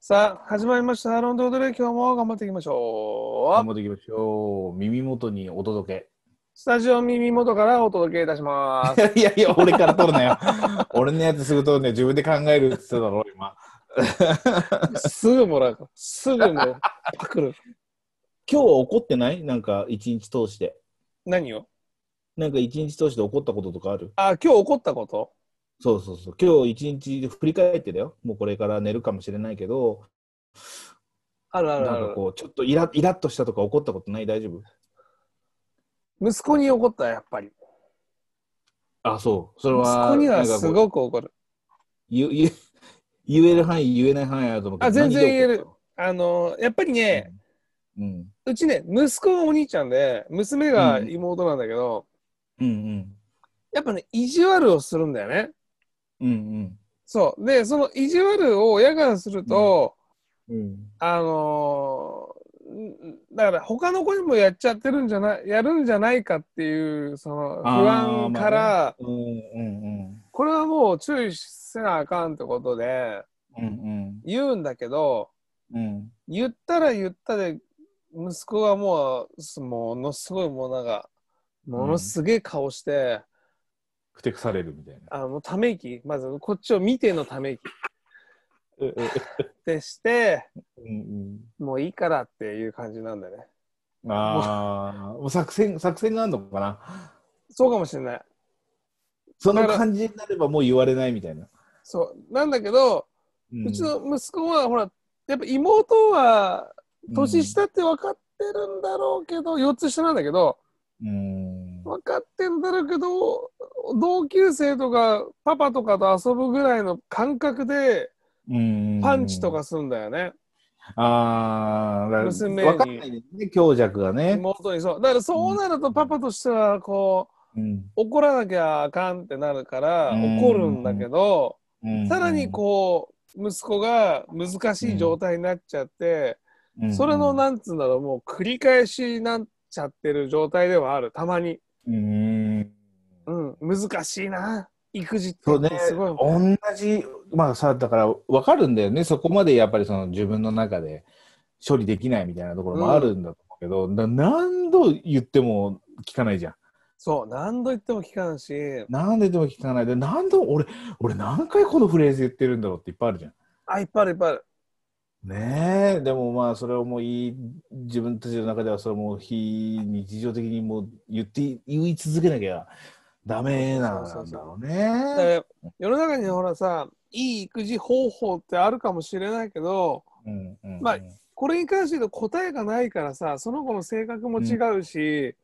さあ、始まりました。アロンド踊り、今日も頑張っていきましょ頑う。張っていきましょう。耳元にお届スタジオ耳元からお届けいたします。 け。いやいや、俺から取るなよ。 俺のやつすぐ取るね。自分で考えるって言ってただ ろ、今。 すぐもらうから。すぐもう、 パクる。今日は怒ってないなんか、一日通して。何をなんか、一日通して怒ったこととかあるあ、今日起こったことそうそうそう。今日一日振り返ってだよ。もうこれから寝るかもしれないけど、あるあなんるあかる。こう、ちょっとイライラッとしたとか怒ったことない大丈夫息子に怒った、やっぱり。あ、そう。それ息は、子にはなんかすこうごく怒る。言う言う言える範囲、言えない範囲あると思うけどあ全然言え。何るで怒っあの、やっぱりたね、のうん。うちね、息子がお兄ちゃんで、娘が妹なんだけど、うんうん。やっぱね、意地悪をするんだよね。うんそう。で、その意地悪を親からすると、うん。うんあのーんだから他の子にもやっちゃってるんじゃないやるんじゃないかっていうその不安から、あーまあねうんうんこれはもう注意せなあかんってことでうん言うんだけどうんうん言ったら言ったで息子がもうすものすごいもうなんかものすげえ顔して、ふてくされるみたいな。あのため息まずこっちを見てのため息でしてうんもういいからっていう感じなんだねうん、ああ、もう作戦、作戦があるのかな。そうかもしれないその感じになればもう言われないみたいな。そうなんだけどうんうちの息子はほらやっぱ妹は年、下って分かってるんだろうけど、4つ下なんだけどうん、うん分かってんだろうけど同級生とかパパとかと遊ぶぐらいの感覚でうんパンチと。かすんだよね、ああ、だから娘にわかんないですね、強弱がね。妹にそうだからそうなるとパパとしてはこううん怒らなきゃあかんってなるからうん怒るんだけど、うんさらにこう息子が難しい状態になっちゃって。うんそれの、なんつうんだろう、もう繰り返しなっちゃってる状態ではある、たまに。うん、うん、難しいな、育児って。そうね、すごい。同じ、まあさ、だから分かるんだよね、そこまでやっぱりその自分の中で処理できないみたいなところもあるんだと思うけど、な何度言っても聞かないじゃん。そう、何度言っても聞かんし、何度言っても聞かないで、何度、俺、俺何回このフレーズ言ってるんだろうっていっぱいあるじゃん。あ、いっぱいあるいっぱいある。ねえ、でもまあ、それをもういい、自分たちの中ではそれも非日常的にもう言って、言い続けなきゃダメなんだろうだからね。世の中にほらさ、いい育児方法ってあるかもしれないけど、うんうんうんまあこれに関して言うと答えがないからさ、その子の性格も違うし、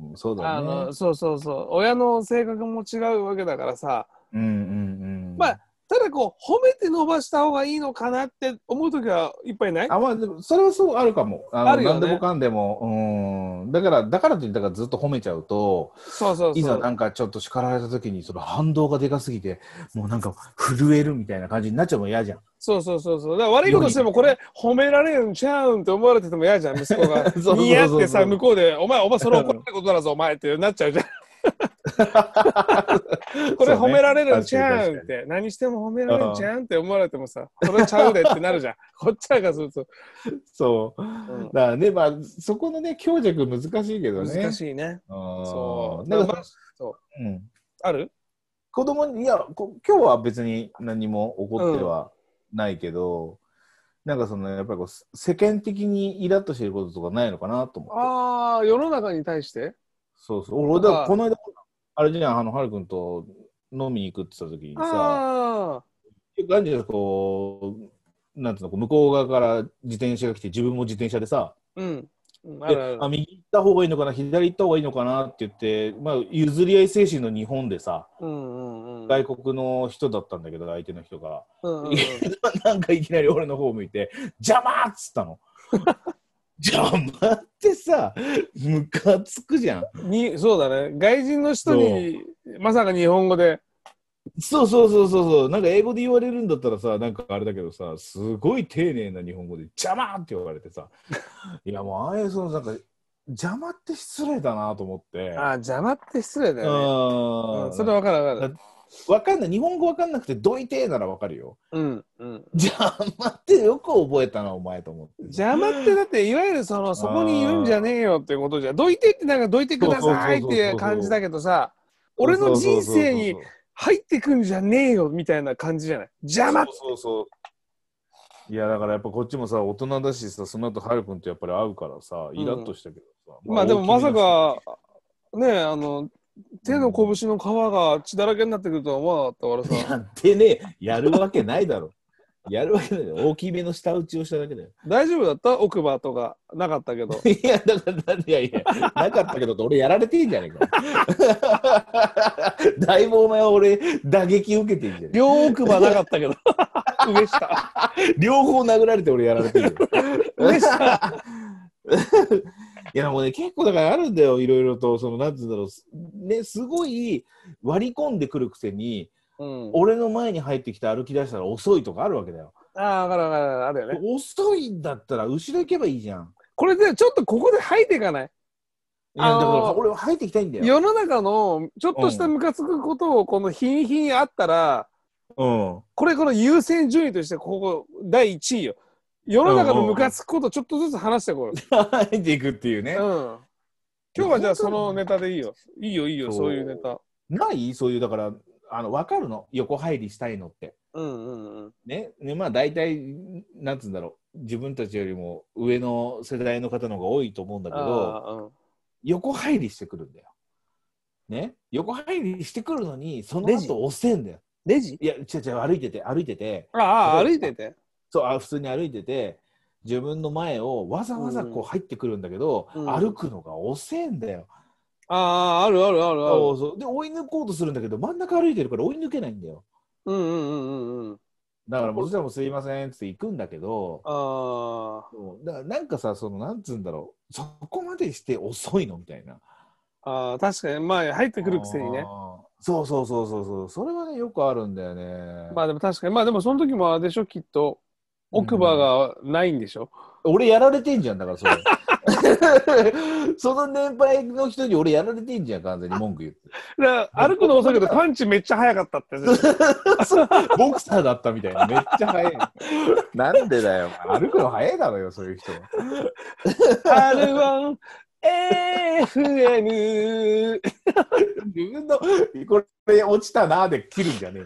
うんそうだあね。の、そうそうそう、親の性格も違うわけだからさ、うんうんうん。まあ、ただこう、褒めて伸ばした方がいいのかなって思うときはいっぱいないあまあ、でもそれはそうあるかも。あのあるよね何でもかんでも。うん。だから、だからといってだからずっと褒めちゃうと、そうそうそう。いざなんかちょっと叱られた時に、その反動がでかすぎて、もうなんか震えるみたいな感じになっちゃうのも嫌 じゃん。そうそうそうそう。だから悪いことしてもこれ褒められるんちゃうんって思われてても嫌じゃん、息子が そうそうそうそ。う似合ってさ、向こうで、お前、お前、それ怒られることだぞ、お前ってなっちゃうじゃん。これ褒められるんちゃうんっ確かて、何しても褒められるんちゃうんって思われてもさ、これちゃうでってなる じゃん。こっちらがすると。にそう。だからね、まあ、そこのね、強弱難しいけどね。難い。しいね。そ。そうう。だだかからまら、あ、そううん。ある子供に、いや、こ今日は別に何も起こってはないけど、なんかその、やっぱりこう、せ世間的にイラッとしてることとかないのかなと思って。ああ、世の中に対してそうそう。俺、だかあらこの間、あれじゃん、あの、はるくんと飲みに行くって言った時にさ、ああ、結構あるじゃんこう、なんつうの、こう向こう側から自転車が来て、自分も自転車でさ、うん。うんあでるあるあ。右行った方がいいのかな、左行った方がいいのかなって言って、まあ、譲り合い精神の日本でさ、うんうんうん。外国の人だったんだけど、相手の人が。うんうんうん なんかいきなり俺の方向いて、邪魔っつっ たの。邪魔ってさ、ムカつくじゃん。にそうだね。外人の人に、まさか日本語で。そうそうそうそうそう、なんか英語で言われるんだったらさ、なんかあれだけどさ、すごい丁寧な日本語で邪魔って言われて さ、いやもうああいうそのなんか邪魔って失礼だなと思って。ああ、邪魔って失礼だよね。あうんそれわかるわかる。わかんない。日本語わかんなくて、どいてーならわかる よ。うんうん邪魔ってよく覚えたな、お前と思って。邪魔ってだっていわゆるそのそこにいるんじゃねえよっていうことじゃんどいてってなんかどいてくださいっていう感じだけどさ俺の人生に入ってくんじゃねえよみたいな感じじゃない邪魔そうそうそういやだからやっぱこっちもさ大人だしさその後ハル君とやっぱり会うからさんイラッとしたけどさ、まあでもまさ大かねえあの手の拳の皮が血だらけになってくるとは思わなかったかきめらの人さやってねやるわけないだろやるわけないだろ大きめの舌打ちをしただけだよ大丈夫だった奥歯とかなかったけ どいやだからいやいやなかったけどって俺やられてんじゃねえかだいぶお前は俺打撃受けてんじゃね両奥歯なか ったけど上下え両方殴られて俺やられてるよ上 下いやもうね結構だからあるんだよいろいろとそのなんつうんだろうすねすごい割り込んでくるくせにうん俺の前に入ってきて歩き出したら遅いとかあるわけだよああ分かる分かる分かるあるよね遅いんだったら後ろ行けばいいじゃんこれでちょっとここで吐いていかないいやあのーだから俺は入ってきたいんだよ世の中のちょっとしたムカつくことをこの日に日にあったら、うんこれこの優先順位としてここ第1位よ世の中のムカつくことをちょっとずつ話してこよ入っていくっていうう、ねう、ん、今日はじゃあそのネタで いいよいいよいいよそういうネタないそういうだからあの分かるの横入りしたいのってうんうんうんねねまあ大体なんつうんだろう自分たちよりも上の世代の方の方が多いと思うんだけどあーうん横入りしてくるんだよ。ね横入りしてくるのに、そのレジ後押せんだよ。レジいや、違う違う、歩いてて、歩いてて、ああ歩いてて、そう、あ普通に歩いてて、自分の前をわざわざうこんう入ってくるんだけど、うん歩くのが遅えんだよ、あああるあるあるあそるうそう。で、追い抜こうとするんだけど、真ん中歩いてるから追い抜けないんだよ。うんうんうんうんうんだから、もちろんすいませんっつって行くんだけど、あーそうだからなんかさ、その、なんつうんだろう、そこまでして遅いのみたいな。あー確かにまあ入ってくるくせにねあー。そうそうそうそうそう、それはね、よくあるんだよね。まあでも確かにまあでもその時もあれでしょきっと奥歯がないんでしょ、俺やられてんじゃんだからそれ その年配の人に俺やられてんじゃん完全に文句 言ってだから歩くの遅いけどパンチめっちゃ速かったってやつボクサーだったみたいなめっちゃ速いなんでだよ歩くの速いだろうよそういう人は R1FM 自分のこれ落ちたなーで切るんじゃねえ